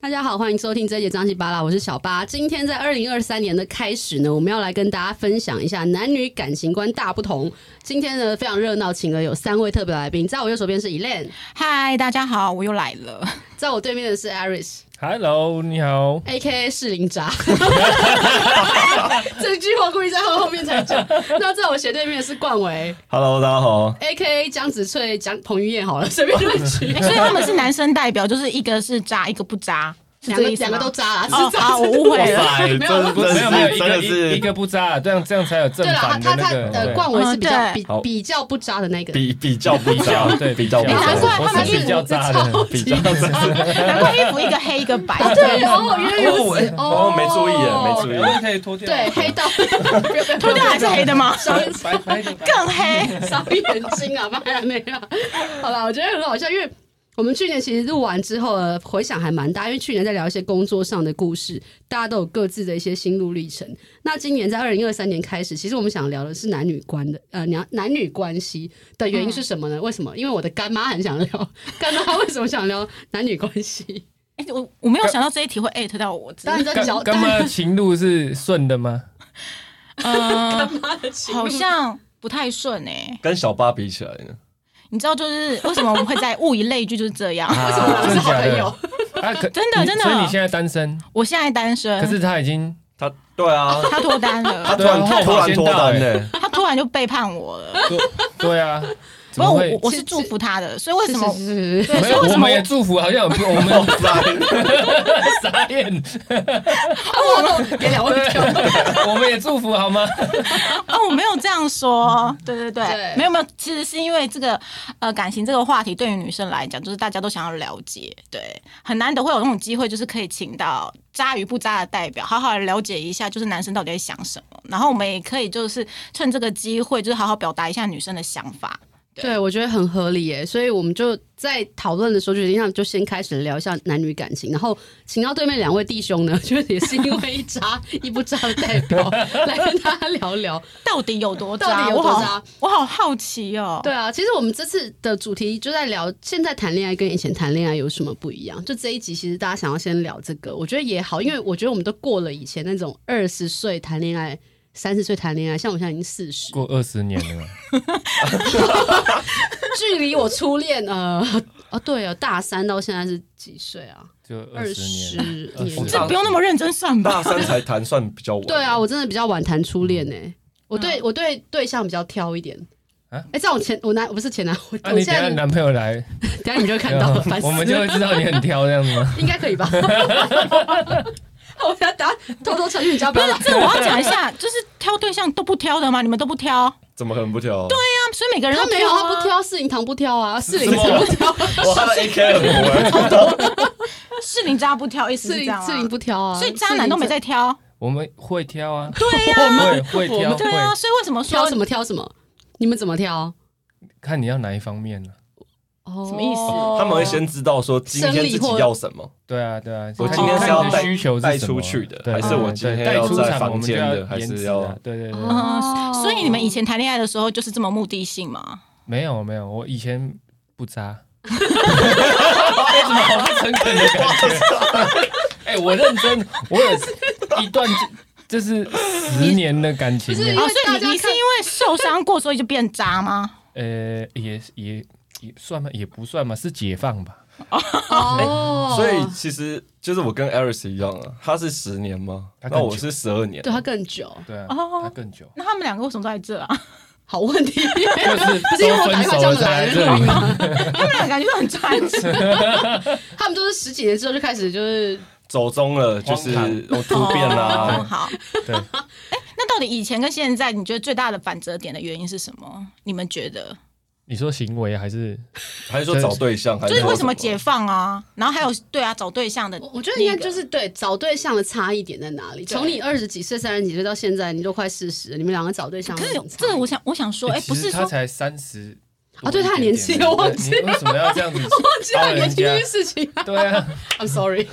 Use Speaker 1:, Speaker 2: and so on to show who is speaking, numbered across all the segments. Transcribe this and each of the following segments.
Speaker 1: 大家好，欢迎收听这一节张西巴拉，我是小八。今天在二零二三年的开始呢，我们要来跟大家分享一下男女感情观大不同。今天呢非常热闹，请了有三位特别来宾，在我右手边是 Elaine，
Speaker 2: 嗨，大家好，我又来了。
Speaker 1: 在我对面的是 Iris。
Speaker 3: Hello，你好。
Speaker 1: A K A 士林渣， 这句话故意在后后面才讲。那在我斜对面的是冠维
Speaker 4: Hello，大家好。
Speaker 1: ，A K A 江子翠、江彭于晏，好了，随便乱取，
Speaker 2: 哎、所以他们是男生代表，就是一个是渣，一个不渣，是
Speaker 1: 两
Speaker 2: 这
Speaker 1: 个
Speaker 2: 意思
Speaker 1: 两个
Speaker 2: 吗
Speaker 1: 都渣啦，
Speaker 2: 哦
Speaker 1: 是，渣
Speaker 2: 好，我误会了。
Speaker 4: 塞，
Speaker 1: 没有
Speaker 4: 真
Speaker 3: 哎没有
Speaker 4: 真
Speaker 3: 没有，
Speaker 4: 是
Speaker 3: 一个
Speaker 4: 真的
Speaker 3: 一一
Speaker 4: 是
Speaker 3: 个不渣，这样这样才有正
Speaker 1: 对了，他
Speaker 3: 反的
Speaker 1: 他
Speaker 3: 那
Speaker 1: 他
Speaker 3: 个。
Speaker 1: 呃，
Speaker 3: 对
Speaker 1: 冠维是比较
Speaker 2: 嗯对
Speaker 1: 比
Speaker 4: 好
Speaker 1: 比较不渣的那个，
Speaker 4: 比比较不
Speaker 3: 较
Speaker 4: 渣，
Speaker 3: 对
Speaker 4: 比较不
Speaker 3: 比较
Speaker 1: 哎
Speaker 2: 难
Speaker 4: 渣。
Speaker 2: 怪
Speaker 1: 他们
Speaker 2: 我是
Speaker 3: 比较渣的
Speaker 1: 超级
Speaker 4: 比较
Speaker 1: 渣。
Speaker 2: 难怪衣服一个黑一个白，
Speaker 1: 对哦，原来如此
Speaker 4: 哦没注意耶没注意
Speaker 3: 我们可以脱掉。
Speaker 1: 对，黑道，
Speaker 2: 脱掉还是 黑的吗？
Speaker 3: 白白的。
Speaker 2: 更黑。
Speaker 1: 少一眼睛啊，不然没有。好了，我觉得很好笑，因为我们去年其实录完之后，呃，回想还蛮大，因为去年在聊一些工作上的故事，大家都有各自的一些心路历程。那今年在二零二三年开始，其实我们想聊的是男女关的，呃，男男女关系的原因是什么呢？为什么？因为我的干妈很想聊， 干妈为什么想聊男女关系？
Speaker 2: 哎、我我没有想到这一题会艾特到我，真
Speaker 1: 当然
Speaker 2: 的
Speaker 1: 在
Speaker 3: 干
Speaker 1: 聊
Speaker 3: 干妈的情路是顺的吗？
Speaker 2: 嗯，
Speaker 1: 妈的情
Speaker 2: 好
Speaker 1: 路
Speaker 2: 像不太顺哎、
Speaker 4: 跟小八比起来呢，
Speaker 2: 你知道，就是为什么我们会在物以类聚，就是这样。
Speaker 1: 为什么我们是好朋友？
Speaker 3: 啊，可
Speaker 2: 真的
Speaker 3: 你
Speaker 2: 真的嗯
Speaker 3: 所以你现在单身，
Speaker 2: 我现在单身，
Speaker 3: 可是他已经
Speaker 4: 他对啊，
Speaker 2: 他脱单
Speaker 4: 他
Speaker 2: 了，
Speaker 4: 突
Speaker 3: 对啊
Speaker 4: 然突然脱单
Speaker 3: 我
Speaker 4: 呢，
Speaker 2: 他突然就背叛我了。
Speaker 3: 对啊，
Speaker 2: 不
Speaker 3: 怎
Speaker 2: 过
Speaker 3: 么
Speaker 2: 我
Speaker 3: 会
Speaker 2: 我？我是祝福他的，所以为什么
Speaker 1: 是是是是是，
Speaker 3: 没有，我们也祝福，好像有我们
Speaker 4: 哇塞，
Speaker 3: 傻眼，
Speaker 1: 我给两位票。
Speaker 3: 对，我们也祝福好吗？
Speaker 2: 哦，我没有这样说，对对对，
Speaker 1: 对
Speaker 2: 没有没有，其实是因为这个呃感情这个话题对于女生来讲，就是大家都想要了解，对，很难得会有那种机会，就是可以请到渣与不渣的代表，好好地了解一下，就是男生到底在想什么，然后我们也可以就是趁这个机会，就是好好表达一下女生的想法。
Speaker 1: 对，我觉得很合理耶，所以我们就在讨论的时候，就决定上就先开始聊一下男女感情，然后请到对面两位弟兄呢，就是也是因为一渣一不渣的代表来跟大家聊聊。
Speaker 2: 到底有多渣？
Speaker 1: 到底有多
Speaker 2: 我
Speaker 1: 渣
Speaker 2: 好，我好好奇哦。
Speaker 1: 对啊，其实我们这次的主题就在聊现在谈恋爱跟以前谈恋爱有什么不一样。就这一集，其实大家想要先聊这个，我觉得也好，因为我觉得我们都过了以前那种二十岁谈恋爱、三十岁谈恋爱，像我现在已经四十，
Speaker 3: 过二十年了嘛，
Speaker 1: 距离我初恋呃 哦对哦，大三到现在是几岁啊？
Speaker 3: 就
Speaker 1: 二
Speaker 3: 二
Speaker 1: 十
Speaker 3: 十年了。
Speaker 1: 年
Speaker 3: 20
Speaker 1: 了
Speaker 4: 这
Speaker 2: 不用那么认真算吧
Speaker 4: 大。三才谈算比较晚。
Speaker 1: 对啊，我真的比较晚谈初恋呢、我对我对对象比较挑一点。哎、
Speaker 3: 啊
Speaker 1: 在我前我男我不是前男，我
Speaker 3: 啊，
Speaker 1: 我
Speaker 3: 你
Speaker 1: 现
Speaker 3: 等一下
Speaker 1: 在
Speaker 3: 男朋友来， 啊
Speaker 1: 等一下你就会看到了，烦死
Speaker 3: 我
Speaker 1: 了啊
Speaker 3: 们就会知道你很挑这样子吗？
Speaker 1: 应该可以吧？我要打偷偷传讯，你家不
Speaker 2: 不
Speaker 1: 要
Speaker 2: 是
Speaker 1: 来，。
Speaker 2: 这个我要讲一下，就是挑对象都不挑的吗？你们都不挑？
Speaker 4: 怎么可能不挑？
Speaker 2: 对
Speaker 4: 对
Speaker 2: 啊，所以每个人
Speaker 1: 他
Speaker 2: 都
Speaker 1: 没有，
Speaker 2: 啊
Speaker 1: 他不挑，四零堂不挑啊，四零
Speaker 4: 什
Speaker 1: 堂
Speaker 4: 么
Speaker 1: 不挑，
Speaker 4: 呀，我他的 AK 很多欸。
Speaker 2: 是你渣不挑，意思
Speaker 1: 四
Speaker 2: 是这
Speaker 1: 零
Speaker 2: 样
Speaker 1: 四
Speaker 2: 啊
Speaker 1: 零。不挑啊，
Speaker 2: 所以哦渣男都没在挑，
Speaker 3: 我们会挑啊，
Speaker 2: 对呀、
Speaker 3: 会会
Speaker 1: 我
Speaker 3: 挑，
Speaker 1: 们
Speaker 2: 对啊，
Speaker 3: 会
Speaker 2: 所以为什么
Speaker 1: 四零挑
Speaker 2: 说
Speaker 1: 什么挑什么？你们怎么挑？
Speaker 3: 看你要哪一方面啊了。
Speaker 1: 哦
Speaker 2: 什么意思
Speaker 4: 哦他们会先知道说今天自己要什么，
Speaker 3: 对啊，对啊，
Speaker 4: 我
Speaker 3: 看
Speaker 1: 今天是
Speaker 3: 看
Speaker 1: 要
Speaker 3: 你的
Speaker 1: 带
Speaker 3: 需求是
Speaker 4: 带
Speaker 3: 什么啊
Speaker 4: 出去的
Speaker 3: 对
Speaker 4: 还
Speaker 1: 是我
Speaker 3: 对
Speaker 4: 今天
Speaker 3: 带
Speaker 4: 要
Speaker 3: 出
Speaker 4: 在
Speaker 3: 场
Speaker 4: 房
Speaker 3: 我们
Speaker 4: 间
Speaker 3: 就要
Speaker 4: 的还是
Speaker 3: 颜值
Speaker 4: 要
Speaker 3: 啊对对对，
Speaker 1: 哦
Speaker 2: 嗯，所以你们以前谈恋爱的时候就是这么目的性吗？
Speaker 3: 没有没有，我以前不 渣。为什么好不诚恳的感觉？哎，我认真，我有一段就是十年的感情
Speaker 1: 不是
Speaker 3: 呢
Speaker 1: 因
Speaker 2: 哦，
Speaker 1: 为
Speaker 2: 所以
Speaker 1: 大家
Speaker 2: 你你是
Speaker 1: 看
Speaker 2: 因为受伤过，所以就变渣吗？
Speaker 3: 呃，也也也算吗？也不算嘛，是解放吧？
Speaker 1: 哦，
Speaker 4: 哎所以其实就是我跟 Eris 一样啊，他是十年吗？
Speaker 3: 他更
Speaker 4: 那
Speaker 3: 久
Speaker 4: 我是十二年。
Speaker 1: 对他更久，
Speaker 3: 对啊，
Speaker 2: 哦
Speaker 3: 他更久，
Speaker 2: 那他们两个为什么都在这啊？
Speaker 1: 好问题。
Speaker 3: 就是
Speaker 1: 不是因为我
Speaker 3: 都
Speaker 1: 打电
Speaker 3: 分
Speaker 1: 话
Speaker 3: 手
Speaker 1: 叫
Speaker 3: 了
Speaker 1: 你来
Speaker 3: 才
Speaker 1: 的
Speaker 3: 在这里。
Speaker 2: 他们俩感觉都很专情。
Speaker 1: 他们都是十几年之后就开始就是
Speaker 4: 走中了，就是
Speaker 3: 荒
Speaker 4: 我突变啊 啦、
Speaker 2: 哦好，
Speaker 3: 对，
Speaker 2: 那到底以前跟现在，你觉得最大的反折点的原因是什么？你们觉得？
Speaker 3: 你说行为还是
Speaker 4: 还是说找对象，还
Speaker 2: 就是是
Speaker 4: 说
Speaker 2: 为什么解放啊？然后还有对啊，找对象的
Speaker 1: 我我觉得应该
Speaker 2: 那个
Speaker 1: 就是对找对象的差异点在哪里？从你二十几岁、三十几岁到现在，你都快四十，你们两个找对象
Speaker 2: 可
Speaker 1: 很
Speaker 2: 是
Speaker 1: 长，
Speaker 2: 这个我想我想说，哎、
Speaker 3: 欸
Speaker 2: 不
Speaker 3: 其实
Speaker 2: 是
Speaker 3: 他
Speaker 2: 说
Speaker 3: 才三十
Speaker 1: 啊对他很年轻我忘记
Speaker 3: 你为什么要这 样子
Speaker 1: 知道
Speaker 3: 凹
Speaker 1: 你的
Speaker 3: 人
Speaker 1: 情
Speaker 3: 家
Speaker 1: 绪？事情啊
Speaker 3: 对啊，
Speaker 1: ，I'm sorry，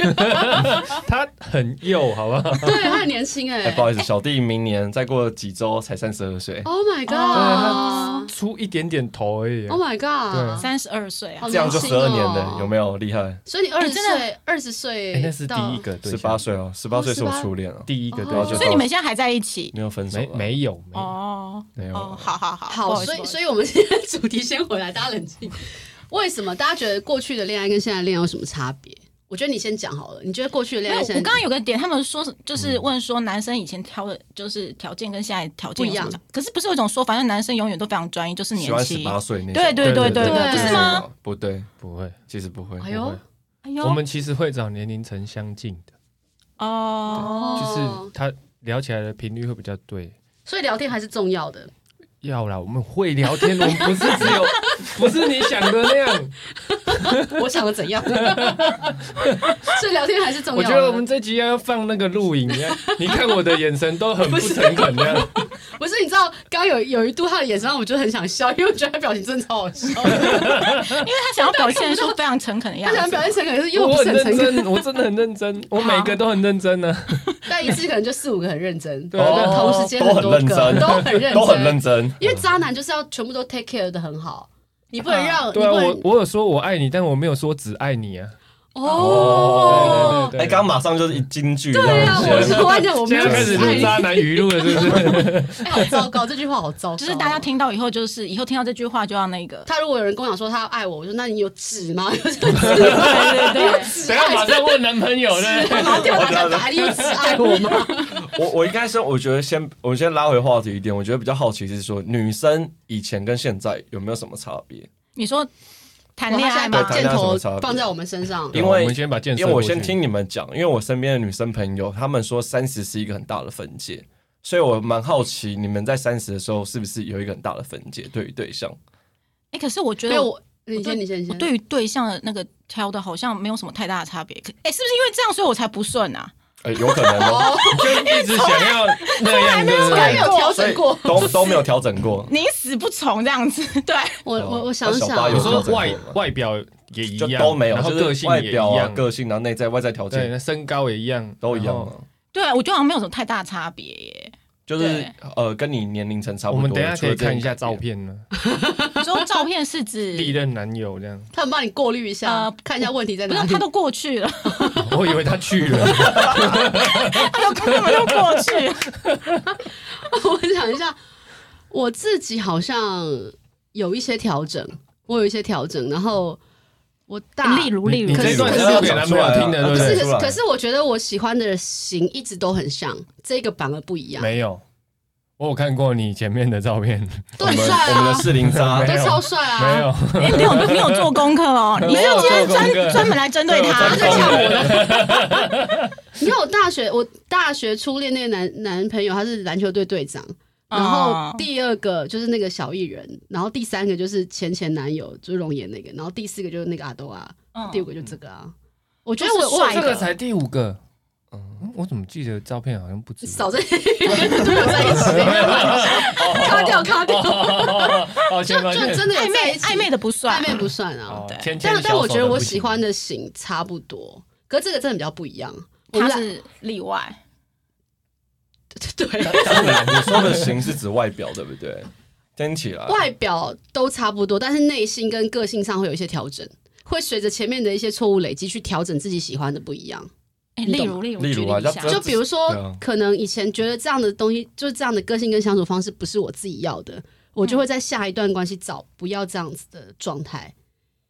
Speaker 3: 他很幼，好不好？
Speaker 1: 对，他很年轻哎、
Speaker 4: 哎，不好意思，小弟明年再过几周才三十二岁，
Speaker 1: o h Oh my
Speaker 3: 他
Speaker 1: god，Oh
Speaker 3: 出一点点头而已。啊
Speaker 1: my god，
Speaker 2: 三十二岁啊
Speaker 1: 好，
Speaker 4: 这样就
Speaker 1: 年
Speaker 4: 十
Speaker 1: 轻哦
Speaker 4: 二年了，有没有厉害？
Speaker 1: 所以你二十
Speaker 2: 哎真的
Speaker 1: 岁，二十岁
Speaker 3: 哎那是第
Speaker 1: 到
Speaker 3: 一个对
Speaker 4: 十
Speaker 3: 象，
Speaker 4: 八岁哦，十八岁是我
Speaker 1: 18
Speaker 4: 初恋哦，
Speaker 3: 第一个
Speaker 1: 哦
Speaker 3: 对象，
Speaker 2: 所以你们现在还在一起？
Speaker 4: 没有分手
Speaker 3: 没
Speaker 4: 吧，
Speaker 3: 没有没有，
Speaker 2: 哦
Speaker 4: 没有
Speaker 2: 哦，好好好，不
Speaker 1: 好，
Speaker 2: 意思
Speaker 1: 所以
Speaker 2: 不好意思
Speaker 1: 所以我们现在主题先回来，大家冷静。 为什么大家觉得过去的恋爱跟现在的恋爱有什么差别？我觉得你先讲好了。你觉得过去的
Speaker 2: 没
Speaker 1: 恋
Speaker 2: 有，
Speaker 1: 爱
Speaker 2: 我
Speaker 1: 现在
Speaker 2: 刚刚有个点，他们说是就是问说男生以前挑的就是条件跟现在条件有什么
Speaker 1: 不一样
Speaker 2: 差，可是不是有一种说法，就是男生永远都非常专一，就是
Speaker 4: 喜
Speaker 2: 年
Speaker 4: 欢十
Speaker 2: 轻。
Speaker 4: 八岁那种
Speaker 2: 对对对对
Speaker 3: 对
Speaker 1: 对
Speaker 2: 对，不
Speaker 1: 对
Speaker 2: 是吗？？
Speaker 4: 不对，
Speaker 3: 不会。
Speaker 4: 其实不会。
Speaker 1: 哎呦
Speaker 3: 不会
Speaker 2: 哎呦
Speaker 3: 我们其实会找年龄层相近的，
Speaker 2: 哦，
Speaker 3: 就是他聊起来的频率会比较对。
Speaker 1: 哎所以聊天还是重要的。
Speaker 3: 要啦，我们会聊天，我们不是只 有，不是你想的那 样。
Speaker 1: 我想的怎 样？所以聊天还是重要
Speaker 3: 我
Speaker 1: 的。
Speaker 3: 觉得我们这集要放那个录影，啊你看我的眼神都很不诚恳啊那 样。
Speaker 1: 不是你知道，刚刚有有一度他的眼神让我就很想笑，因为我觉得他表情真的超好笑。
Speaker 2: 因为他想要表现出非常诚恳的样
Speaker 1: 他想
Speaker 2: 子。
Speaker 1: 表现诚恳，可是因为
Speaker 3: 我
Speaker 1: 我不
Speaker 3: 很
Speaker 1: 是很
Speaker 3: 认
Speaker 1: 诚恳，
Speaker 3: 真，我真的很认 真，我每个都很认真啊呢、
Speaker 1: 但一次可能就四五个很认真，
Speaker 3: 对啊
Speaker 1: 然后同时间很多
Speaker 4: 都很认
Speaker 1: 个
Speaker 4: 真
Speaker 1: 都很认真，
Speaker 4: 都很认真，
Speaker 1: 因为渣男就是要全部都 take care 的很好，你不能
Speaker 2: 啊
Speaker 1: 让，
Speaker 3: 对啊，
Speaker 1: 你不
Speaker 3: 我
Speaker 1: 能
Speaker 3: 我有说我爱你，但我没有说只爱你啊。
Speaker 1: 哦，
Speaker 3: 对对对对
Speaker 4: 哎，刚刚马上就是一金句，
Speaker 1: 对啊，
Speaker 4: 让
Speaker 1: 我
Speaker 4: 人
Speaker 1: 是
Speaker 4: 先
Speaker 1: 完全我没
Speaker 3: 现
Speaker 1: 有
Speaker 3: 在开始录渣
Speaker 1: 爱
Speaker 3: 男语录了，是不是？
Speaker 1: 你，哎，好糟糕， 这句话好糟糕，
Speaker 2: 就是大家。听到以后，就是以后听到这句话就要那个，
Speaker 1: 他如果有人跟我讲说他爱我，我说那你有纸吗？
Speaker 2: 对 对对，
Speaker 3: 等一下马上问男朋友呢？
Speaker 1: 然后电话打来，你有纸爱我吗？
Speaker 4: 我我应该先，我觉得先，我先拉回话题一点。我觉得比较好奇是说，女生以前跟现在有没有什么差别？
Speaker 2: 你说 谈
Speaker 1: 我
Speaker 2: 恋
Speaker 1: 现在
Speaker 2: 爱吗
Speaker 1: 把
Speaker 4: 对？
Speaker 1: 箭头
Speaker 4: 谈恋爱有什么差别
Speaker 1: 放在我们身上，
Speaker 4: 因为
Speaker 3: 我们先把建设，
Speaker 4: 因为我先听你们讲，因为我身边的女生朋友，她们说三十是一个很大的分界，所以我蛮好奇你们在三十的时候是不是有一个很大的分界对于对象？
Speaker 2: 哎，可是我觉
Speaker 1: 没
Speaker 2: 得
Speaker 1: 有
Speaker 2: 我
Speaker 1: 我，你
Speaker 2: 对
Speaker 1: 先，你先，你
Speaker 2: 我
Speaker 1: 先。
Speaker 2: 对于对象的那个挑的，好像没有什么太大的差别。可哎，是不是因为这样，所以我才不顺啊？，
Speaker 4: 呃，有可能哦，
Speaker 1: 哦，
Speaker 3: 就一直想要那样，对不
Speaker 1: 从来没
Speaker 3: 对
Speaker 1: 有？调整过。
Speaker 4: 都都没有调整过
Speaker 2: 宁死不从这样子， 对，
Speaker 1: 我我我想
Speaker 4: 哦小
Speaker 1: 想
Speaker 4: 八
Speaker 1: 啊，
Speaker 4: 有
Speaker 3: 有时候
Speaker 4: 调整过
Speaker 3: 外
Speaker 4: 吗
Speaker 3: 外表也一
Speaker 4: 就
Speaker 3: 样，
Speaker 4: 都没有，
Speaker 3: 然后
Speaker 4: 就是
Speaker 3: 个性
Speaker 4: 外
Speaker 3: 也一
Speaker 4: 表啊、
Speaker 3: 样，
Speaker 4: 个性，然后内在外在条
Speaker 3: 对，
Speaker 4: 件
Speaker 3: 那身高也一样，
Speaker 4: 都一样
Speaker 3: 然后
Speaker 4: 嘛。
Speaker 2: 对我觉得好像没有什么太大差别耶。
Speaker 4: 就是
Speaker 2: 对
Speaker 4: 呃，跟你年龄层差不
Speaker 3: 我
Speaker 4: 多。
Speaker 3: 们等一下
Speaker 4: 除
Speaker 3: 可
Speaker 4: 了
Speaker 3: 以
Speaker 4: 这个
Speaker 3: 看一下照片呢，
Speaker 2: 你说照片是 指
Speaker 3: 历任男友这样。
Speaker 1: 他们帮你过滤一下
Speaker 2: 呃，
Speaker 1: 看一下问题在
Speaker 2: 不
Speaker 1: 哪
Speaker 2: 是，
Speaker 1: 里
Speaker 2: 他。都过去了，
Speaker 3: 我以为他去了，
Speaker 2: 他都根本就过去了。
Speaker 1: 我想一下，我自己好像有一些调整，我有一些调整，然后我 大
Speaker 2: 例如，例如
Speaker 3: 你你，
Speaker 1: 可
Speaker 3: 这
Speaker 1: 是
Speaker 3: 段是给男朋友听的，对
Speaker 4: 可
Speaker 1: 可
Speaker 3: 不
Speaker 1: 是
Speaker 4: 对
Speaker 1: 可
Speaker 3: 对？
Speaker 1: 是可是我觉得我喜欢的型一直都很像，这个反而不一样，
Speaker 3: 没有，我有看过你前面的照片，
Speaker 1: 都
Speaker 4: 我
Speaker 1: 很
Speaker 4: 们
Speaker 1: 帅
Speaker 4: 我们
Speaker 1: 啊
Speaker 4: 的，适龄渣
Speaker 3: 没
Speaker 1: 都
Speaker 3: 有
Speaker 1: 超帅啊，
Speaker 3: 没有，
Speaker 2: 哎你有你有做功课哦，你是
Speaker 3: 没有
Speaker 2: 今天
Speaker 3: 做功
Speaker 2: 专
Speaker 3: 课
Speaker 2: 专门来针对他
Speaker 4: 对我，
Speaker 1: 在呛我的。你看我大学，我大学初恋那个男男朋友，他是篮球队队长，然后
Speaker 2: 哦
Speaker 1: 第二个就是那个小艺人，然后第三个就是前前男友，就是容颜那个，然后第四个就是那个阿多啊，
Speaker 2: 嗯
Speaker 1: 第五个就这个啊。我觉得我
Speaker 2: 都是
Speaker 1: 我
Speaker 2: 帅
Speaker 1: 有
Speaker 3: 这
Speaker 1: 这
Speaker 3: 个
Speaker 1: 个
Speaker 3: 才第五个。嗯，我怎么记得照片好像不止？
Speaker 1: 少在跟都有在一起，卡掉卡掉，
Speaker 3: 哦，
Speaker 1: 就
Speaker 3: 先发
Speaker 1: 就
Speaker 3: 现
Speaker 1: 真的有
Speaker 2: 暧
Speaker 1: 在
Speaker 2: 昧
Speaker 1: 一起
Speaker 2: 暧昧的不算
Speaker 1: 暧，昧不算啊
Speaker 3: 哦，
Speaker 2: 对
Speaker 3: 牵牵
Speaker 1: 但
Speaker 3: 小
Speaker 1: 但我
Speaker 3: 手
Speaker 1: 觉得
Speaker 3: 的
Speaker 1: 我
Speaker 3: 不行
Speaker 1: 喜欢的型差不多，可是这个真的比较不一样。我
Speaker 2: 他
Speaker 1: 们俩
Speaker 2: 是例外。
Speaker 1: 对。
Speaker 4: 你说的型是指外表对不对？听起来
Speaker 1: 外表都差不多，但是内心跟个性上会有一些调整，会随着前面的一些错误累积去调整自己喜欢的不一样。
Speaker 2: 哎，
Speaker 1: 你懂
Speaker 2: 例如例如
Speaker 4: 例
Speaker 2: 举
Speaker 4: 如啊
Speaker 2: 例一下
Speaker 4: 要
Speaker 1: 就
Speaker 4: 要
Speaker 1: 比如
Speaker 4: 对
Speaker 1: 说
Speaker 4: 啊，
Speaker 1: 可能以前觉得这样的东西，就是这样的个性跟相处方式不是我自己要的，我就会在下一段关系找不要这样子的状态。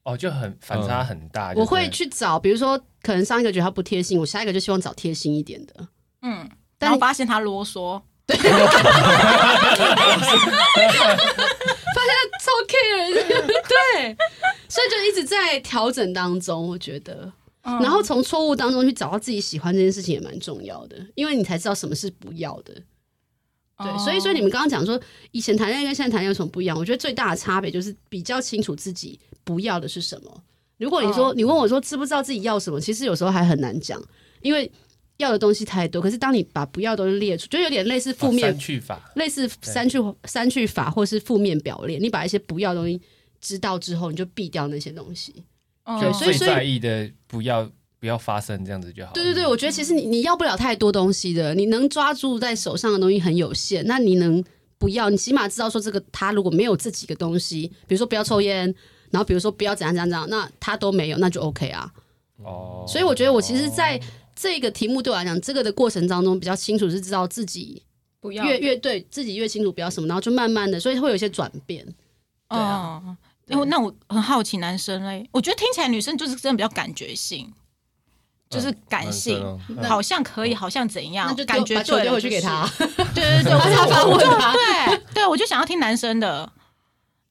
Speaker 3: 哦，就很反
Speaker 4: 嗯
Speaker 3: 差很大。
Speaker 1: 我会
Speaker 3: 对不对
Speaker 1: 去找，比如说，可能上一个觉得他不贴心，我下一个就希望找贴心一点的。
Speaker 2: 嗯，
Speaker 1: 但
Speaker 2: 然后发现他啰嗦，
Speaker 1: 超 care，对，所以就一直在调整当中，我觉得。
Speaker 2: 然
Speaker 1: 然后从错误当中去找到自己喜欢这件事情也蛮重要的，因为你才知道什么是不要的。对，所以所以你们刚刚讲说以前谈恋爱跟现在谈恋爱有什么不一样？我觉得最大的差别就是比较清楚自己不要的是什么。如果你说
Speaker 2: 哦
Speaker 1: 你问我说知不知道自己要什么，其实有时候还很难讲，因为要的东西太多。可是当你把不要的东西列出，就有点类似负
Speaker 3: 哦
Speaker 1: 面
Speaker 3: 删去法，
Speaker 1: 类似删去删去法或是负面表列，你把一些不要的东西知道之后，你就避掉那些东西。
Speaker 2: 嗯
Speaker 1: 哦对所以
Speaker 3: 最在意的不要不要发生这样子就
Speaker 2: 哦
Speaker 3: 好了。
Speaker 1: 对对对，我觉得其实你你要不了太多东西的，你能抓住在手上的东西很有限。那你能不要？你起码知道说这个他如果没有这几个东西，比如说不要抽烟，然后比如说不要怎样怎样怎样，那他都没有，那就 OK 啊。
Speaker 3: 哦，
Speaker 1: 所以我觉得我其实在这个题目对我来讲，这个的过程当中比较清楚是知道自己
Speaker 5: 不要
Speaker 1: 越越对自己越清楚不要什么，然后就慢慢的，所以会有一些转变。对啊
Speaker 2: 哦，因为那我很好奇男生嘞，我觉得听起来女生就是真的比较感觉性，就是
Speaker 3: 嗯
Speaker 2: 感性，
Speaker 3: 哦
Speaker 4: 男生啊
Speaker 2: 好像可以，好像怎样，
Speaker 1: 哦那就丢
Speaker 2: 感觉
Speaker 1: 把球
Speaker 2: 对
Speaker 1: 丢
Speaker 2: 了
Speaker 1: 回去给他，
Speaker 2: 就是，对对对，我
Speaker 1: 他发
Speaker 2: 我
Speaker 1: 问
Speaker 2: 就
Speaker 1: 啊
Speaker 2: 对对，我就想要听男生的。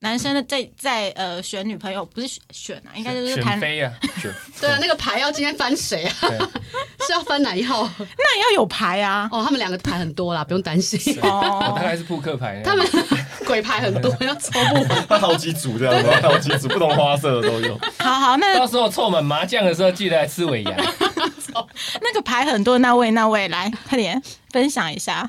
Speaker 2: 男生的在在呃选女朋友不是选选啊，应该就是谈
Speaker 3: 选妃 啊，
Speaker 1: 对啊，那个牌要今天翻谁啊？
Speaker 3: 对
Speaker 1: 是要翻哪一号？
Speaker 2: 那也要有牌啊。
Speaker 1: 哦，他们两个牌很多啦，不用担心。
Speaker 3: 哦大
Speaker 2: 哦，
Speaker 3: 概是扑克牌那样。
Speaker 1: 他们鬼牌很多，要抽不完。
Speaker 4: 他好几组这样吗？好几组不同花色的都有。
Speaker 2: 好好，那
Speaker 1: 哦
Speaker 3: 到时候凑满麻将的时候，记得来吃尾牙。
Speaker 2: 那个牌很多，那位那位来，快点分享一下。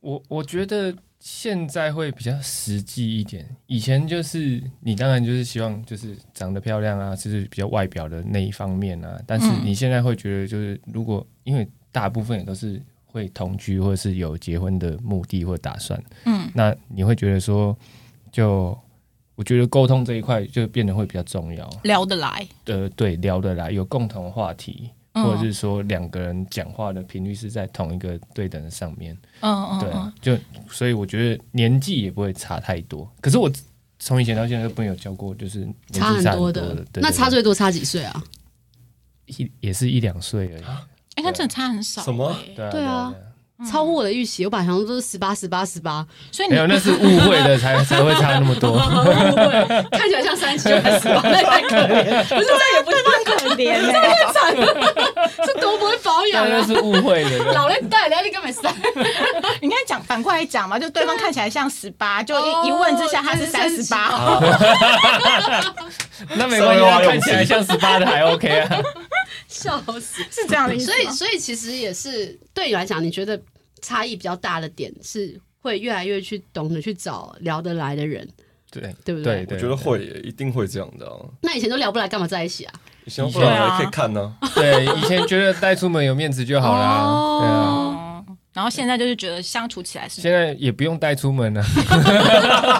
Speaker 3: 我我觉得现在会比较实际一点，以前就是你当然就是希望就是长得漂亮啊，就是比较外表的那一方面啊，但是
Speaker 2: 嗯
Speaker 3: 你现在会觉得就是如果因为大部分也都是会同居或者是有结婚的目的或打算，
Speaker 2: 嗯，
Speaker 3: 那你会觉得说就。我觉得沟通这一块就变得会比较重要，
Speaker 2: 聊得来，
Speaker 3: 呃，对，聊得来，有共同话题，
Speaker 2: 嗯
Speaker 3: 或者是说两个人讲话的频率是在同一个对等的上面，
Speaker 2: 嗯嗯
Speaker 3: 对
Speaker 2: 嗯
Speaker 3: 啊，就所以我觉得年纪也不会差太多。可是我从以前到现在都没有交过，就是年纪
Speaker 1: 差
Speaker 3: 很
Speaker 1: 很多
Speaker 3: 的，
Speaker 1: 的，
Speaker 3: 对
Speaker 1: 那
Speaker 3: 对
Speaker 1: 差
Speaker 3: 对
Speaker 1: 最多差几岁啊？
Speaker 3: 一也是一两岁而已。
Speaker 2: 哎，那真的差很少。
Speaker 4: 什么
Speaker 2: 哎
Speaker 3: 对啊，
Speaker 1: 对啊
Speaker 3: 啊，
Speaker 1: 超乎我的预期，我本来想说都是十八、十八、十八，
Speaker 2: 所以
Speaker 3: 没有，
Speaker 2: 你
Speaker 3: 那是误会的，才才会差那么多。
Speaker 1: 看起来像三十就开始吧，那也太可怜了，不是这也不是
Speaker 2: 可怜
Speaker 1: 欸
Speaker 2: 呢。
Speaker 1: 是多不会保养
Speaker 3: 对，那
Speaker 1: 啊！
Speaker 3: 是误会的。对
Speaker 1: 老人带来你根本三，
Speaker 2: 你应该讲反过来讲嘛，就对
Speaker 1: 啊
Speaker 2: 方看起来像十八，就
Speaker 1: 哦
Speaker 2: 一一问之下他是三十
Speaker 1: 啊
Speaker 2: 八。
Speaker 4: 啊
Speaker 3: 那没关系，
Speaker 4: 稍微
Speaker 3: 他
Speaker 4: 挖
Speaker 3: 看
Speaker 4: 泳
Speaker 3: 起来
Speaker 4: 池
Speaker 3: 像十八的还 OK 啊。
Speaker 1: 笑死。
Speaker 2: 是这样的意思吗。
Speaker 1: 所以，所以其实也是对你来讲，你觉得差异比较大的点是会越来越去懂得去找聊得来的人，
Speaker 3: 对
Speaker 1: 对不
Speaker 3: 对，
Speaker 1: 对？
Speaker 4: 我
Speaker 3: 对
Speaker 4: 觉得会耶，一定会这样的啊。
Speaker 1: 那以前都聊不来，干嘛在一起啊？
Speaker 4: 以前不然还可以看啊呢。
Speaker 3: 对，以前觉得带出门有面子就好啦。对啊，
Speaker 2: 哦，然后现在就是觉得相处起来是
Speaker 3: 现在也不用带出门了，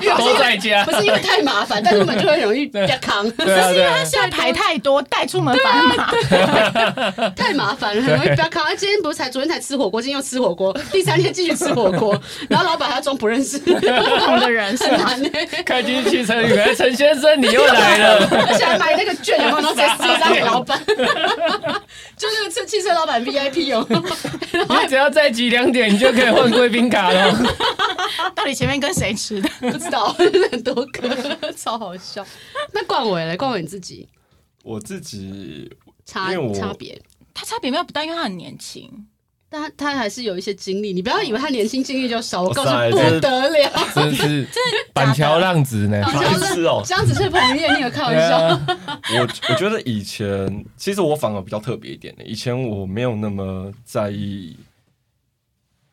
Speaker 1: 因为不是
Speaker 3: 都
Speaker 1: 因为
Speaker 3: 在家
Speaker 1: 不。是因为太麻烦，但是我们就会容易
Speaker 3: 对
Speaker 1: 加扛，
Speaker 3: 对啊，对啊，
Speaker 2: 现在牌太多，带出门反而麻烦。
Speaker 1: 太麻烦了，很容易不要扛。啊今天不是才昨天才吃火锅，今天又吃火锅，第三天继续吃火 锅，然后老板还要装不认 识，
Speaker 2: 不同的人是
Speaker 1: 很
Speaker 2: 吗？
Speaker 1: 难欸呢、
Speaker 3: 开进去汽车旅馆，陈先生你又来了。
Speaker 1: 而且还买那个券，然后直接撕一张给老板， 就那个吃汽车老板 VIP 有没有，
Speaker 3: 你只要再挤两点，你就可以换贵宾卡了。
Speaker 2: 到底前面跟谁吃的？
Speaker 1: 不知道很多个， 超好笑。那冠伟嘞，冠伟你自己
Speaker 4: 我自己
Speaker 1: 差
Speaker 4: 因为我
Speaker 1: 差别，
Speaker 2: 他差别没有不大，因为他很年轻。
Speaker 1: 但他他还是有一些经历，你不要以为他年轻经历就少，我告诉
Speaker 4: 哇
Speaker 1: 你
Speaker 4: 塞
Speaker 1: 不得了。
Speaker 3: 真是板桥浪子呢
Speaker 1: 板
Speaker 4: 白痴哦
Speaker 1: 这样子是彭于晏，你有开玩
Speaker 3: 对
Speaker 1: 笑？
Speaker 3: 啊，
Speaker 4: 我我觉得以前其实我反而比较特别一点的，以前我没有那么在意，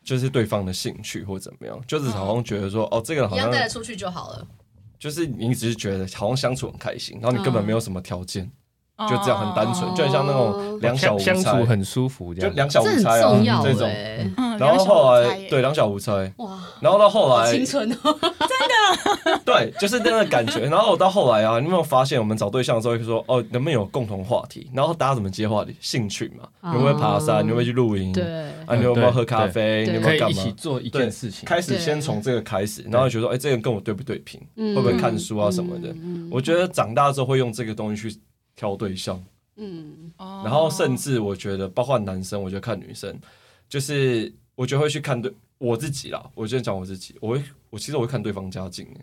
Speaker 4: 就是对方的兴趣或怎么样，就是好像觉得说，哦，这个
Speaker 1: 嗯一
Speaker 4: 人好
Speaker 1: 样
Speaker 4: 像
Speaker 1: 带得出去就好了。
Speaker 4: 就是你只是觉得好像相处很开心，然后你根
Speaker 1: 嗯
Speaker 4: 本没有什么条件，
Speaker 2: 就
Speaker 4: 就这样很单
Speaker 1: 哦
Speaker 4: 纯，就很像那种两小无猜
Speaker 3: 相处很舒服，这
Speaker 4: 就
Speaker 3: 样。
Speaker 4: 两小无
Speaker 1: 这很
Speaker 4: 猜啊
Speaker 1: 重要
Speaker 4: 这
Speaker 1: 哎、
Speaker 4: 种。
Speaker 2: 嗯，
Speaker 4: 然后
Speaker 2: 两
Speaker 4: 后
Speaker 2: 小无猜
Speaker 4: 来
Speaker 2: 耶
Speaker 4: 对两小无猜，
Speaker 1: 哇，
Speaker 4: 然后到后
Speaker 1: 好
Speaker 4: 来
Speaker 1: 青春 哦！
Speaker 4: 对，就是那个 感觉。然后我到后来啊，你有没有发现，我们找对象的时候会说，哦，能不能有共同话题？然后大家怎么接话题？兴趣嘛，
Speaker 1: 啊
Speaker 4: 你会不会爬山？你会不会去露营？
Speaker 1: 对，
Speaker 4: 啊，你有没有喝咖啡？
Speaker 1: 对对
Speaker 4: 你有
Speaker 3: 可
Speaker 4: 没
Speaker 3: 以
Speaker 4: 有干
Speaker 3: 一
Speaker 4: 嘛
Speaker 3: 起？做一
Speaker 4: 对
Speaker 3: 件事情。
Speaker 4: 开始先从这个开始，然后觉得说，哎，这个人跟我对不对频？
Speaker 1: 嗯
Speaker 4: 会不会看书啊什么的？我觉得长大之后会用这个东西去挑对象，
Speaker 1: 嗯，
Speaker 2: 哦
Speaker 4: 然后甚至我觉得，包括男生，我觉得看女生，就是我觉得会去看对我自己啦。我先讲我自己，我会我其实我会看对方家境，哎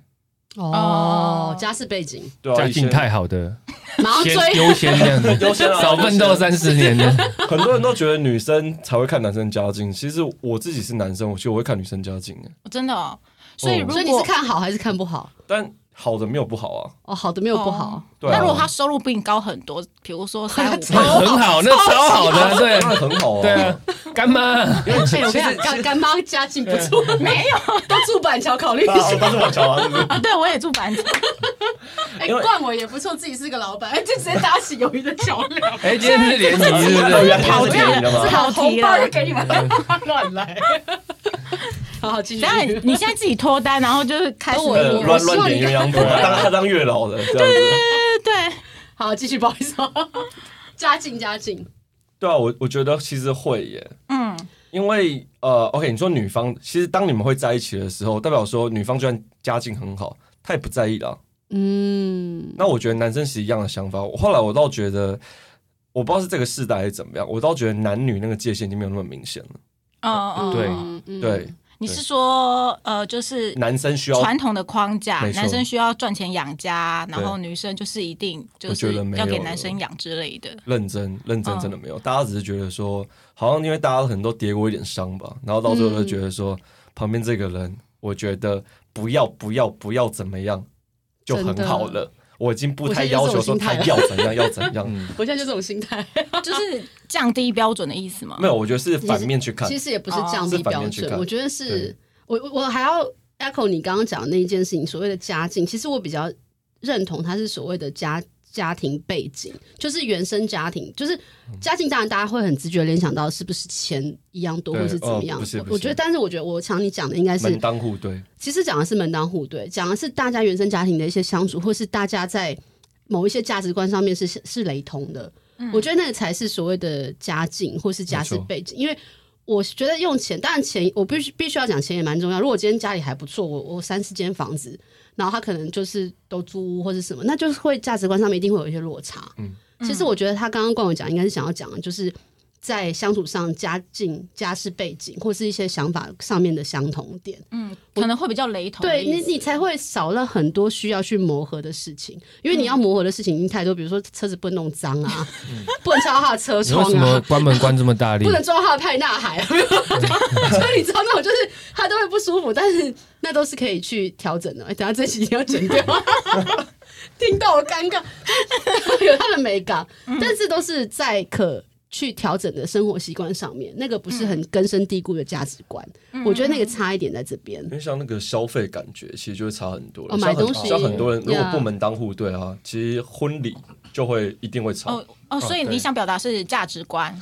Speaker 1: 哦
Speaker 2: 哦，
Speaker 1: 家世背景，
Speaker 4: 对啊，
Speaker 3: 家
Speaker 4: 以前
Speaker 3: 境太好的，
Speaker 1: 马上
Speaker 3: 先
Speaker 1: 追。
Speaker 3: 优先这样子，
Speaker 4: 优先啊
Speaker 3: 少奋斗三十年 的。
Speaker 4: 很多人都觉得女生才会看男生家境，其实我自己是男生，我觉得我会看女生家境耶，
Speaker 2: 真的哦，所以如
Speaker 1: 所以你是
Speaker 2: 果
Speaker 1: 看好还是看不好？
Speaker 4: 但好的没有不好啊。
Speaker 1: 哦，好的没有不好，
Speaker 4: 对啊，
Speaker 2: 那如果他收入 比你高很多，比如说三五
Speaker 3: 很好，那超好的，对
Speaker 4: 当然很好啊，
Speaker 3: 对啊，干妈，
Speaker 1: 哎，我跟
Speaker 4: 其
Speaker 1: 你
Speaker 4: 实
Speaker 1: 讲，干干妈家境不错，
Speaker 2: 没有
Speaker 1: 都住板桥，考虑一
Speaker 5: 大家
Speaker 1: 下。
Speaker 5: 都是我瞧啊，是不是？
Speaker 2: 啊，对我也住板 桥，
Speaker 1: 哎，
Speaker 4: 因为
Speaker 1: 冠我也不错，自己是个老板，哎，就直接打起友谊的桥梁。
Speaker 3: 哎，今天是联谊是不
Speaker 4: 原
Speaker 3: 是？
Speaker 4: 来是联谊的
Speaker 2: 不
Speaker 4: 吗
Speaker 2: 是？好
Speaker 1: 红
Speaker 2: 题
Speaker 1: 包
Speaker 2: 了
Speaker 1: 就给你们
Speaker 4: 嗯
Speaker 1: 乱来。好好继 续
Speaker 2: 等。下你现在自己脱单，然后就是开始
Speaker 1: 哦我
Speaker 4: 呃
Speaker 1: 我
Speaker 4: 乱
Speaker 1: 希望
Speaker 4: 乱点
Speaker 1: 你
Speaker 4: 鸳鸯谱，啊当他当月老的这样子。
Speaker 2: 对对对，
Speaker 1: 好，继续，不好意思哦， 家境家境，
Speaker 4: 对啊，我我觉得其实会耶，
Speaker 2: 嗯，
Speaker 4: 因为呃，OK，你说女方其实当你们会在一起的时候，代表说女方就算家境很好，她也不在意的啊、
Speaker 1: 嗯，
Speaker 4: 那我觉得男生其实一样的想法。我后来我倒觉得，我不知道是这个世代还是怎么样，我倒觉得男女那个界限已经没有那么明显了。
Speaker 2: 哦哦，
Speaker 3: 对
Speaker 1: 嗯
Speaker 4: 对，
Speaker 2: 你是说呃，就是
Speaker 4: 男生需要
Speaker 2: 传统的框架，
Speaker 4: 没错
Speaker 2: 男生需要赚钱养家，然
Speaker 4: 对
Speaker 2: 后女生就是一定就
Speaker 4: 我觉
Speaker 2: 是
Speaker 4: 得没有
Speaker 2: 要给
Speaker 4: 了
Speaker 2: 男生养之类 的。
Speaker 4: 认真，认真
Speaker 2: 嗯
Speaker 4: 真的没有，大家只是觉得说，好像因为大家可能都跌过一点伤吧，然后到最后
Speaker 1: 嗯
Speaker 4: 就觉得说，旁边这个人，我觉得不要不要不要怎么样就很好
Speaker 1: 真
Speaker 4: 了。我已经不
Speaker 1: 我
Speaker 4: 太
Speaker 1: 现在就
Speaker 4: 要
Speaker 1: 是这
Speaker 4: 求
Speaker 1: 种
Speaker 4: 说
Speaker 1: 心
Speaker 4: 他
Speaker 1: 态了
Speaker 4: 要怎样要怎样，
Speaker 5: 嗯
Speaker 1: 我现在就这种心态，
Speaker 2: 就是降低标准的意思吗？
Speaker 4: 没有，我觉得是反面去看
Speaker 1: 其。实也不是降低
Speaker 4: 哦
Speaker 1: 标
Speaker 4: 是反面去
Speaker 1: 准，
Speaker 4: 看
Speaker 1: 我觉得是我我我还要 echo 你刚刚讲的那一件事情，所谓的家境，其实我比较认同它是所谓的家。家庭背景就是原生家庭，就是
Speaker 4: 嗯
Speaker 1: 家境。当然，大家会很直觉联想到是不是钱一样多，
Speaker 4: 对
Speaker 1: 或是怎么样
Speaker 4: 哦不是？不
Speaker 1: 我觉
Speaker 4: 是
Speaker 1: 得，但是我觉得我想你讲的应该是
Speaker 4: 门当户对，
Speaker 1: 其实讲的是门当户对，讲的是大家原生家庭的一些相处，或是大家在某一些价值观上面是是雷同的。我觉得那个才是所谓的家境或是家世
Speaker 4: 没错
Speaker 1: 背景，因为我觉得用钱，当然钱我必须必须要讲钱也蛮重要。如果今天家里还不错，我我三四间房子，然后他可能就是都租屋或是什么，那就是会价值观上面一定会有一些落差。
Speaker 4: 嗯
Speaker 1: 其实我觉得他刚刚跟我讲，应该是想要讲的就是在相处上家境、家世背景或是一些想法上面的相同点。
Speaker 2: 嗯，可能会比较雷同的
Speaker 1: 对你
Speaker 2: 意，思。
Speaker 1: 你才会少了很多需要去磨合的事情，因为你要
Speaker 2: 嗯
Speaker 1: 磨合的事情已经太多，比如说车子不能弄脏啊， 不能敲他的车
Speaker 3: 你为
Speaker 1: 窗
Speaker 3: 什么
Speaker 1: 啊。
Speaker 3: 关门关这么大力
Speaker 1: 不？能撞他的派纳海， 没有所以你知道那种就是他都会不舒服，但是那都是可以去调整的。哎，等下这期一定要剪掉， 听到我尴尬， 有他的美感，
Speaker 2: 嗯
Speaker 1: 但是都是在可去调整的生活习惯上面，那个不
Speaker 2: 嗯
Speaker 1: 是很根深蒂固的价值观。我觉得那个差一点在这边
Speaker 4: 因。为像那个消费感觉，其实就会差很多了。
Speaker 1: 哦
Speaker 4: 像
Speaker 1: 买
Speaker 4: 很
Speaker 1: 东西
Speaker 4: 像很多人如果
Speaker 1: Yeah
Speaker 4: 不门当户对啊，其实婚礼就会一定会吵。
Speaker 1: 嗯
Speaker 2: 哦哦，所以
Speaker 4: 对
Speaker 2: 你想表达是价值观，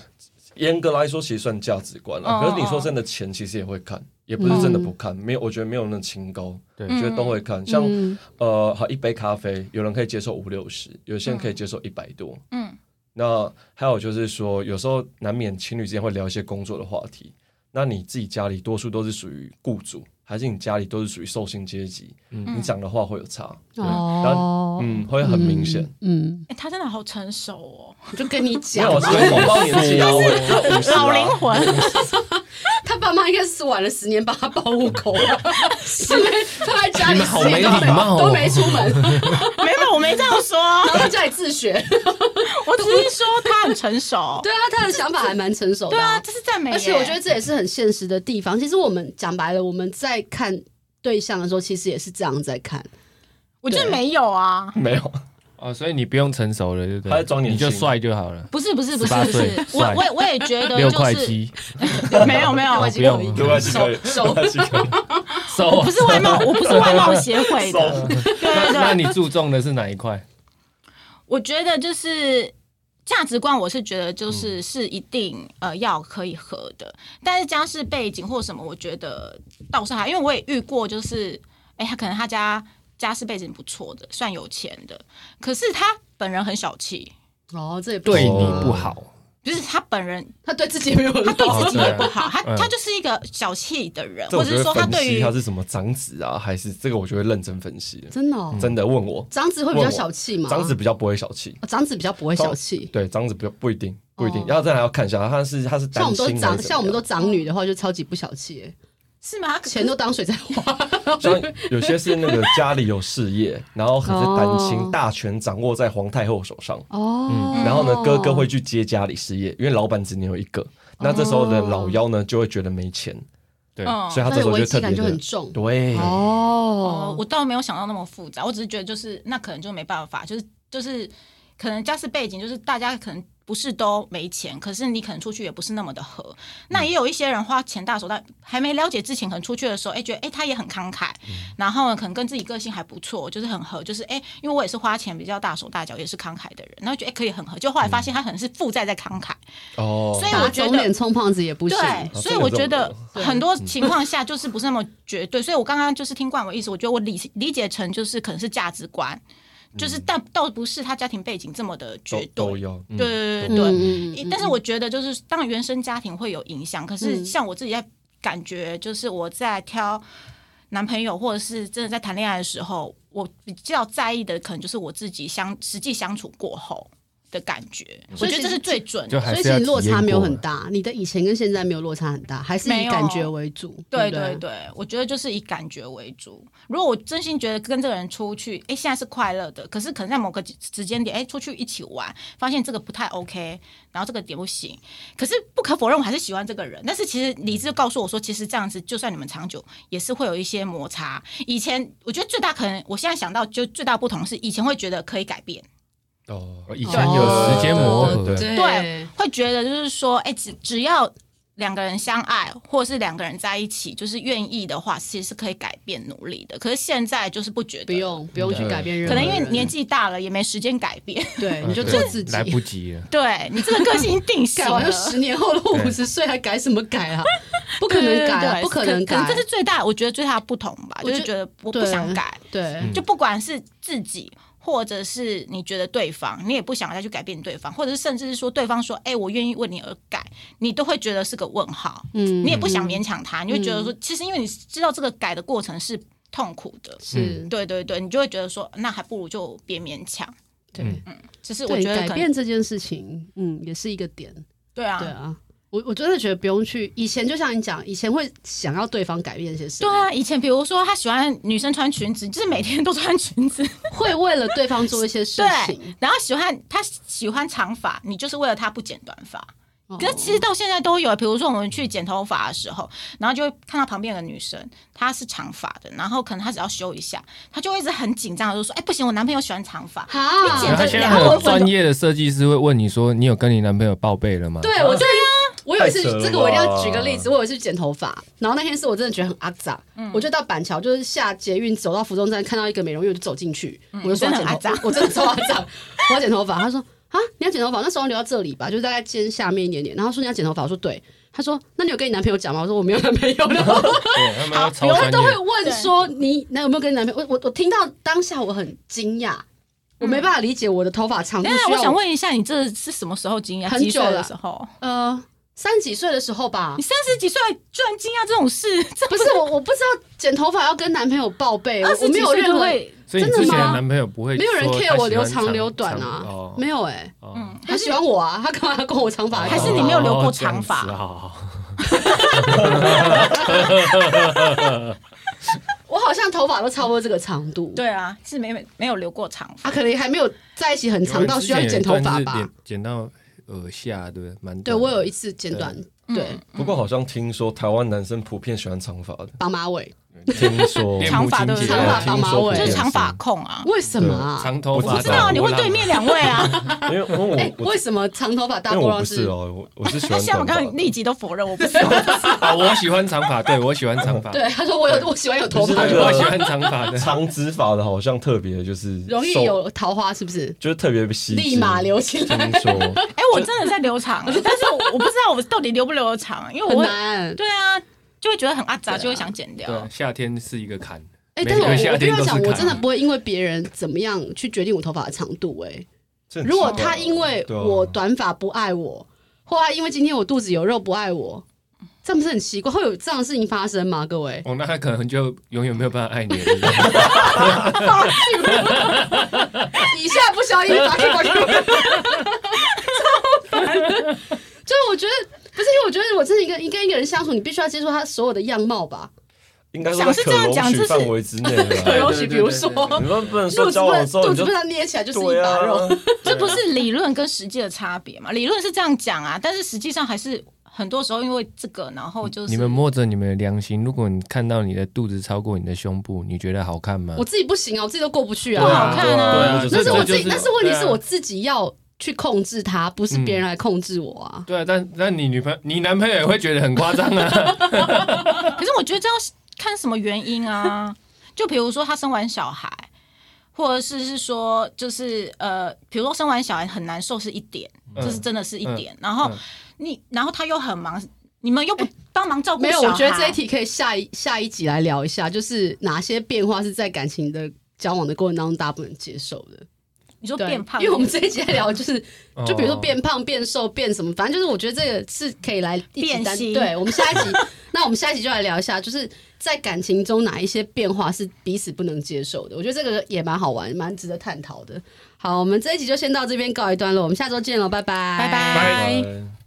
Speaker 4: 严格来说，其实算价值观
Speaker 2: 哦
Speaker 4: 了。可是你说真的，钱其实也会
Speaker 1: 哦
Speaker 4: 看，也不是真的不看，没有，我觉得没有那么清高，
Speaker 3: 对
Speaker 4: 我觉得都会看。像
Speaker 1: 嗯
Speaker 4: 呃，好一杯咖啡，有人可以接受五六十，有些人可以接受一百多。
Speaker 2: 嗯，
Speaker 4: 那还有就是说，有时候难免情侣之间会聊一些工作的话题。那你自己家里多数都是属于雇主，还是你家里都是属于受薪阶级？你讲的话会有差，对然后嗯，会很明显。
Speaker 1: 哦嗯，
Speaker 2: 哎，他真的好成熟哦，
Speaker 1: 我就跟你
Speaker 4: 没
Speaker 1: 讲
Speaker 4: 有，，我是我报年纪啊，我五十
Speaker 2: 老灵
Speaker 4: 啊
Speaker 2: 魂，
Speaker 1: 他爸妈应该是晚了十年帮他报户口 了，是没他在家里
Speaker 3: 你们好
Speaker 1: 十年都
Speaker 3: 没礼貌哦
Speaker 1: 都没出 门，
Speaker 2: 没有，我没这样 说，
Speaker 1: 然后在家里自学。
Speaker 2: 我只是说他很成熟。
Speaker 1: 对啊，他的想法还蛮成熟的
Speaker 2: 对啊，
Speaker 1: 啊。
Speaker 2: 这是赞美耶。
Speaker 1: 而且我觉得这也是很现实的地方。其实我们讲白了，我们在看对象的时候，其实也是这样在 看。
Speaker 2: 我觉得没有啊，
Speaker 4: 没有，
Speaker 3: 哦，所以你不用成熟了，对不对？
Speaker 4: 他在装年
Speaker 3: 你就
Speaker 4: 轻
Speaker 3: 帅就好了，
Speaker 2: 不是不是不是
Speaker 3: 18
Speaker 2: 不是
Speaker 3: 岁，
Speaker 2: 我
Speaker 3: 帅
Speaker 2: 我我也觉得
Speaker 3: 六
Speaker 2: 就
Speaker 3: 块
Speaker 2: 是
Speaker 3: 肌，
Speaker 2: 没有没
Speaker 4: 哦
Speaker 2: 有，
Speaker 3: 不用了
Speaker 4: 对吧？是 可以，
Speaker 1: 手
Speaker 4: 对是可以。
Speaker 3: 瘦
Speaker 2: 我
Speaker 3: 啊
Speaker 2: 不。是外貌，我不是外貌协会 的，
Speaker 4: 嗯
Speaker 2: 对
Speaker 3: 那
Speaker 2: 对对
Speaker 3: 那。你注重的是哪一块？
Speaker 2: 我觉得就是价值观，我是觉得就是是一定呃要可以合的，但是家世背景或什么，我觉得倒是还，因为我也遇过，就是哎，他可能他家家世背景不错的，算有钱的，可是他本人很小气，
Speaker 1: 哦，这也不
Speaker 3: 对
Speaker 1: 行
Speaker 3: 你不好，
Speaker 2: 就是他本人
Speaker 1: 他对自己也没有很
Speaker 2: 他对
Speaker 1: 好。
Speaker 2: 自己也不
Speaker 3: 哦
Speaker 2: 好，他
Speaker 3: 嗯
Speaker 2: 他就是一个小气的人，
Speaker 4: 这我
Speaker 2: 或
Speaker 4: 觉
Speaker 2: 者是
Speaker 4: 得
Speaker 2: 说他
Speaker 4: 分
Speaker 2: 对
Speaker 4: 析
Speaker 2: 于
Speaker 4: 他是什么长子啊，还是这个，我就会认真分析。
Speaker 1: 真的哦，
Speaker 4: 真的问我，
Speaker 1: 长子会比较小气吗？
Speaker 4: 嗯长子比较不会小气，
Speaker 1: 哦，长子比较不会小气。
Speaker 4: 对，长子不不一定不一定
Speaker 1: 哦，
Speaker 4: 要再来要看一下，他是他是
Speaker 1: 像我
Speaker 4: 担
Speaker 1: 们都
Speaker 4: 心
Speaker 1: 长，
Speaker 4: 还是
Speaker 1: 像我们都
Speaker 4: 怎
Speaker 1: 长女的话，就超级不小气、欸，
Speaker 2: 是吗？
Speaker 1: 钱都当水在花。
Speaker 4: 么样像有些是那个家里有事业，然后可是担
Speaker 1: 哦
Speaker 4: 心大权掌握在皇太后手上，
Speaker 1: 哦
Speaker 4: 嗯然后呢哥哥会去接家里事业，因为老板只能有一个，那这时候的老幺呢就会觉得没钱，
Speaker 3: 对，
Speaker 2: 嗯
Speaker 4: 所以他这
Speaker 1: 对
Speaker 4: 时候
Speaker 1: 危
Speaker 4: 就
Speaker 1: 机
Speaker 4: 特别
Speaker 1: 感就很
Speaker 4: 的
Speaker 1: 重。
Speaker 4: 对，
Speaker 1: 哦
Speaker 2: 哦，我倒没有想到那么复杂，我只是觉得就是那可能就没办法，就是就是可能家世背景就是大家可能不是都没钱，可是你可能出去也不是那么的合。那也有一些人花钱大手大，还没了解之前，可能出去的时候，哎、觉得哎、他也很慷慨，然后呢可能跟自己个性还不错，就是很合，就是哎、因为我也是花钱比较大手大脚，也是慷慨的人，然后觉得哎、可以很合，就后来发现他可能是负债在慷慨，
Speaker 4: 哦
Speaker 2: 所以我
Speaker 1: 打
Speaker 2: 觉
Speaker 1: 肿
Speaker 2: 得
Speaker 1: 脸充胖子也不行。嗯
Speaker 2: 对，所以我觉得很多情况下就是不是那么绝对。所以我刚刚就是听冠伟意思，我觉得我理理解成就是可能是价值观，就是但倒不是他家庭背景这么的
Speaker 4: 都
Speaker 2: 绝
Speaker 4: 都
Speaker 2: 对。
Speaker 4: 要，嗯
Speaker 2: 对对对对
Speaker 1: 嗯嗯
Speaker 2: 对，但是我觉得就是当然原生家庭会有影响，可是像我自己在感觉就是我在挑男朋友或者是真的在谈恋爱的时候，我比较在意的可能就是我自己相实际相处过后的感觉，我觉得这是最准的。
Speaker 3: 就还
Speaker 1: 所以
Speaker 3: 是
Speaker 1: 其
Speaker 3: 要
Speaker 1: 实落
Speaker 3: 体验
Speaker 1: 差没有
Speaker 3: 过
Speaker 1: 很大，你的以前跟现在没有落差很大，还是
Speaker 2: 没
Speaker 1: 以
Speaker 2: 有
Speaker 1: 感觉为主。
Speaker 2: 对
Speaker 1: 不
Speaker 2: 对对，我觉得就是以感觉为主。如果我真心觉得跟这个人出去，哎，现在是快乐的，可是可能在某个时间点，哎，出去一起玩，发现这个不太 OK，然后这个点不行。可是不可否认，我还是喜欢这个人。但是其实理智就告诉我说，其实这样子，就算你们长久，也是会有一些摩擦。以前我觉得最大可能，我现在想到就最大不同是，以前会觉得可以改变，
Speaker 4: 哦，
Speaker 3: 以前有时间磨合，
Speaker 4: 对
Speaker 1: 对
Speaker 4: 对
Speaker 2: 对，会觉得就是说，哎，只只要两个人相爱，或者是两个人在一起，就是愿意的话，其实是可以改变努力的。可是现在就是不觉得，
Speaker 1: 不，用不用去改变任
Speaker 2: 可
Speaker 1: 何
Speaker 2: 能
Speaker 1: 人，
Speaker 2: 因为年纪大了，也没时间改变。
Speaker 1: 对你就
Speaker 3: 对
Speaker 1: 做自己
Speaker 3: 来。不及了。
Speaker 2: 对你这个个性已经定型
Speaker 1: 改完
Speaker 2: 了
Speaker 1: 就。十年后的我
Speaker 3: 对
Speaker 1: 五十岁还改什么改啊？不可能改啊，
Speaker 2: 对对对
Speaker 1: 不可能
Speaker 2: 可能
Speaker 1: 改
Speaker 2: 这。是最大，我觉得最大的不同吧，
Speaker 1: 我
Speaker 2: 就
Speaker 1: 觉得嗯
Speaker 2: 是觉得不
Speaker 1: 对
Speaker 2: 不想改，
Speaker 1: 对，
Speaker 2: 就不管是自己，或者是你觉得对方，你也不想再去改变对方，或者是甚至是说对方说，哎、我愿意为你而改，你都会觉得是个问号，
Speaker 1: 嗯
Speaker 2: 你也不想勉强他，你会觉得说，其实因为你知道这个改的过程是痛苦的，
Speaker 1: 是
Speaker 2: 对对对，你就会觉得说，那还不如就别勉强。
Speaker 1: 对
Speaker 2: 只是我
Speaker 1: 对
Speaker 2: 觉得
Speaker 1: 改
Speaker 2: 可能
Speaker 1: 变这件事情，嗯，也是一个点。
Speaker 2: 对啊，
Speaker 1: 对啊，我我真的觉得不用去。以前就像你讲，以前会想要对方改变一些事
Speaker 2: 对，啊，以前比如说他喜欢女生穿裙子，就是
Speaker 1: 嗯
Speaker 2: 每天都穿裙子，
Speaker 1: 会为了对方做一些事情
Speaker 2: 对。，然后喜欢他喜欢长发，你就是为了他不剪短发。
Speaker 1: 哦
Speaker 2: 可是其实到现在都有，比如说我们去剪头发的时候，然后就会看到旁边有个女生，她是长发的，然后可能她只要修一下，她就会一直很紧张，就说：“哎、不行，我男朋友喜欢长发。
Speaker 1: 哈
Speaker 2: 你
Speaker 3: 然
Speaker 2: 剪
Speaker 3: 后他现在还有专业的设计师会问你说：“你有跟你男朋友报备了吗？”
Speaker 1: 对，我真
Speaker 2: 啊
Speaker 1: 的，我有一次
Speaker 4: 太扯了吧
Speaker 1: 这个我一定要举个例子，我有一次剪头发，然后那天是我真的觉得很阿杂，
Speaker 2: 嗯
Speaker 1: 我就到板桥，就是下捷运走到服装站，看到一个美容院，我就走进去，我就说要剪
Speaker 2: 嗯真的很阿
Speaker 1: 头
Speaker 2: 杂，
Speaker 1: 我真的超阿杂，我要剪头发，他说。啊！你要剪头发，那时候留到这里吧，就是大概肩下面一点点。然后说你要剪头发，我说对。他说：“那你有跟你男朋友讲吗？”我说：“我没有男朋友。”然后
Speaker 3: 对，他们要超
Speaker 1: 他
Speaker 3: 专
Speaker 1: 都会
Speaker 3: 业。
Speaker 1: 问说你那有没有跟你男朋友？我我我听到当下我很惊讶，我没办法理解我的头发长度
Speaker 2: 但是
Speaker 1: 需
Speaker 2: 我
Speaker 1: 要
Speaker 2: 想嗯问一下，你这是什么时候惊讶？
Speaker 1: 很
Speaker 2: 几
Speaker 1: 久
Speaker 2: 岁的
Speaker 1: 了
Speaker 2: 时候？
Speaker 1: 呃三十几岁的时候吧
Speaker 2: 你，三十几岁居然惊讶这种事， 这
Speaker 1: 不是我我不知道剪头发要跟男朋友报备，我
Speaker 2: 二
Speaker 1: 我
Speaker 2: 十
Speaker 1: 没
Speaker 2: 几
Speaker 1: 有
Speaker 2: 岁
Speaker 1: 认
Speaker 2: 就
Speaker 1: 为
Speaker 2: 会
Speaker 3: 所以你之前的男朋友不会
Speaker 1: 没有人
Speaker 3: 说
Speaker 1: care 我
Speaker 3: 他喜欢
Speaker 1: 留长留短
Speaker 3: 长
Speaker 1: 啊
Speaker 3: 哦，
Speaker 1: 没有哎，
Speaker 3: 哦
Speaker 2: 嗯
Speaker 1: 他喜欢我啊，他干嘛要跟我长发？
Speaker 2: 还是你没有留过长发
Speaker 3: 哦这样子好好好
Speaker 1: 我好像头发都差不多这个长度，
Speaker 2: 对啊，是没没没有留过长发
Speaker 1: 他。可能还没有在一起很长到需要剪头发
Speaker 3: 有人之前有一段是
Speaker 1: 吧
Speaker 3: 剪？剪到耳下，对不对？蛮短
Speaker 1: 对我有一次剪短，
Speaker 2: 嗯
Speaker 1: 对
Speaker 4: 不过好像听说台湾男生普遍喜欢长发的，
Speaker 1: 绑马尾，
Speaker 4: 听说
Speaker 3: 恋
Speaker 2: 长
Speaker 3: 母
Speaker 2: 发
Speaker 3: 情
Speaker 2: 都
Speaker 3: 节
Speaker 2: 长发
Speaker 4: 听
Speaker 1: 绑马
Speaker 4: 说
Speaker 1: 尾
Speaker 4: 普
Speaker 2: 就
Speaker 4: 遍
Speaker 2: 是长发控啊。
Speaker 1: 为什么啊？
Speaker 3: 长头发，
Speaker 2: 不知道啊，你问对面两位 啊？
Speaker 4: 因为因为我
Speaker 1: 哎，
Speaker 4: 我
Speaker 1: 为什么啊长头发大
Speaker 4: 因为
Speaker 1: 波
Speaker 4: 我
Speaker 1: 浪
Speaker 4: 不是哦，我我是喜
Speaker 2: 他
Speaker 4: 欢
Speaker 2: 像我刚
Speaker 4: 短发的
Speaker 2: 刚立即都否认，我不 是。
Speaker 3: 啊，我喜欢长发，对我喜欢长发，
Speaker 1: 对，他说我有我喜欢有头发
Speaker 4: 对
Speaker 3: 对
Speaker 1: 的，
Speaker 3: 我喜欢长发的。
Speaker 4: 长直发的，好像特别就是
Speaker 1: 容易
Speaker 4: 受，
Speaker 1: 有桃花是不是？
Speaker 4: 就是特别吸睛
Speaker 1: 立马留起 来，
Speaker 4: 听说
Speaker 2: 哎、我真的在留 长，但是我我不知道我到底留不留得长，因为
Speaker 1: 很
Speaker 2: 我会
Speaker 1: 难。啊
Speaker 2: 对啊，就会觉得很阿杂，就会想剪掉。
Speaker 3: 对，啊夏天是一个坎。
Speaker 1: 哎、
Speaker 3: 每
Speaker 1: 但是
Speaker 3: 个
Speaker 1: 我
Speaker 3: 夏
Speaker 1: 我必须
Speaker 3: 天
Speaker 1: 要
Speaker 3: 都是
Speaker 1: 讲，
Speaker 3: 坎。，
Speaker 1: 我真的不会因为别人怎么样去决定我头发的长度、哎，
Speaker 4: 这很
Speaker 1: 如果
Speaker 4: 奇怪
Speaker 1: 他因为
Speaker 4: 嗯对啊
Speaker 1: 我短发不爱我，或他因为今天我肚子有肉不爱我，这不是很奇怪？会有这样的事情发生吗？各位
Speaker 3: 哦，那他可能就永远没有办法爱你了。
Speaker 1: 以下不消音，发给发给我， 超烦的。就是我觉得不是，因为我觉得我真的一个一跟一个人相处，你必须要接受他所有的样貌吧。
Speaker 4: 应该说在可容许范围之内
Speaker 1: 对，
Speaker 4: 了
Speaker 1: 尤
Speaker 4: 啦。
Speaker 1: 其比如说
Speaker 3: 对对对
Speaker 4: 你们不能
Speaker 1: 肚
Speaker 4: 说
Speaker 1: 子
Speaker 4: 交
Speaker 1: 不
Speaker 4: 往
Speaker 1: 能
Speaker 4: 之后
Speaker 1: 肚
Speaker 4: 你
Speaker 1: 子
Speaker 4: 就
Speaker 1: 被他捏起来就是一
Speaker 4: 对
Speaker 1: 把
Speaker 4: 啊
Speaker 1: 肉。，
Speaker 2: 这不是理论跟实际的差别嘛？理论是这样讲啊，但是实际上还是很多时候因为这个，然后就是
Speaker 3: 你们摸着你们的良心，如果你看到你的肚子超过你的胸部，你觉得好看吗
Speaker 1: 我？自己不行啊，我自己都过不去
Speaker 3: 对
Speaker 2: 不好
Speaker 3: 啊
Speaker 2: 看啊
Speaker 4: 对啊
Speaker 1: 那是我自
Speaker 3: 这
Speaker 1: 己，
Speaker 3: 就是
Speaker 1: 但是问题
Speaker 3: 对啊
Speaker 1: 是我自己要去控制他，不是别人来控制我啊。
Speaker 3: 对啊，但但你女朋友、你男朋友也会觉得很夸张啊。
Speaker 2: 可是我觉得这要看什么原因啊？ 就比如说他生完小孩，或者是是说就是呃，比如说生完小孩很难受是一点，
Speaker 3: 嗯
Speaker 2: 这是真的是一点。然
Speaker 3: 嗯
Speaker 2: 后你，然后他又很忙，你们又嗯不帮忙照顾
Speaker 1: 没有，
Speaker 2: 小
Speaker 1: 我觉得
Speaker 2: 孩
Speaker 1: 这一题可以下一下一集来聊一下，就是哪些变化是在感情的交往的过程当中大家不能接受的。
Speaker 2: 你说
Speaker 1: 对，
Speaker 2: 变胖，
Speaker 1: 因为我们这一集在聊就是，就比如说
Speaker 3: 哦
Speaker 1: 变胖、变瘦、变什么，反正就是我觉得这个是可以来一起
Speaker 2: 变
Speaker 1: 单
Speaker 2: 心
Speaker 1: 对，我们下一集，那我们下一集就来聊一下，就是在感情中哪一些变化是彼此不能接受的。我觉得这个也蛮好玩，蛮值得 探讨的。好，我们这一集就先到这边告一段落，我们下周见喽，拜拜，
Speaker 2: 拜拜
Speaker 3: 拜
Speaker 4: 拜。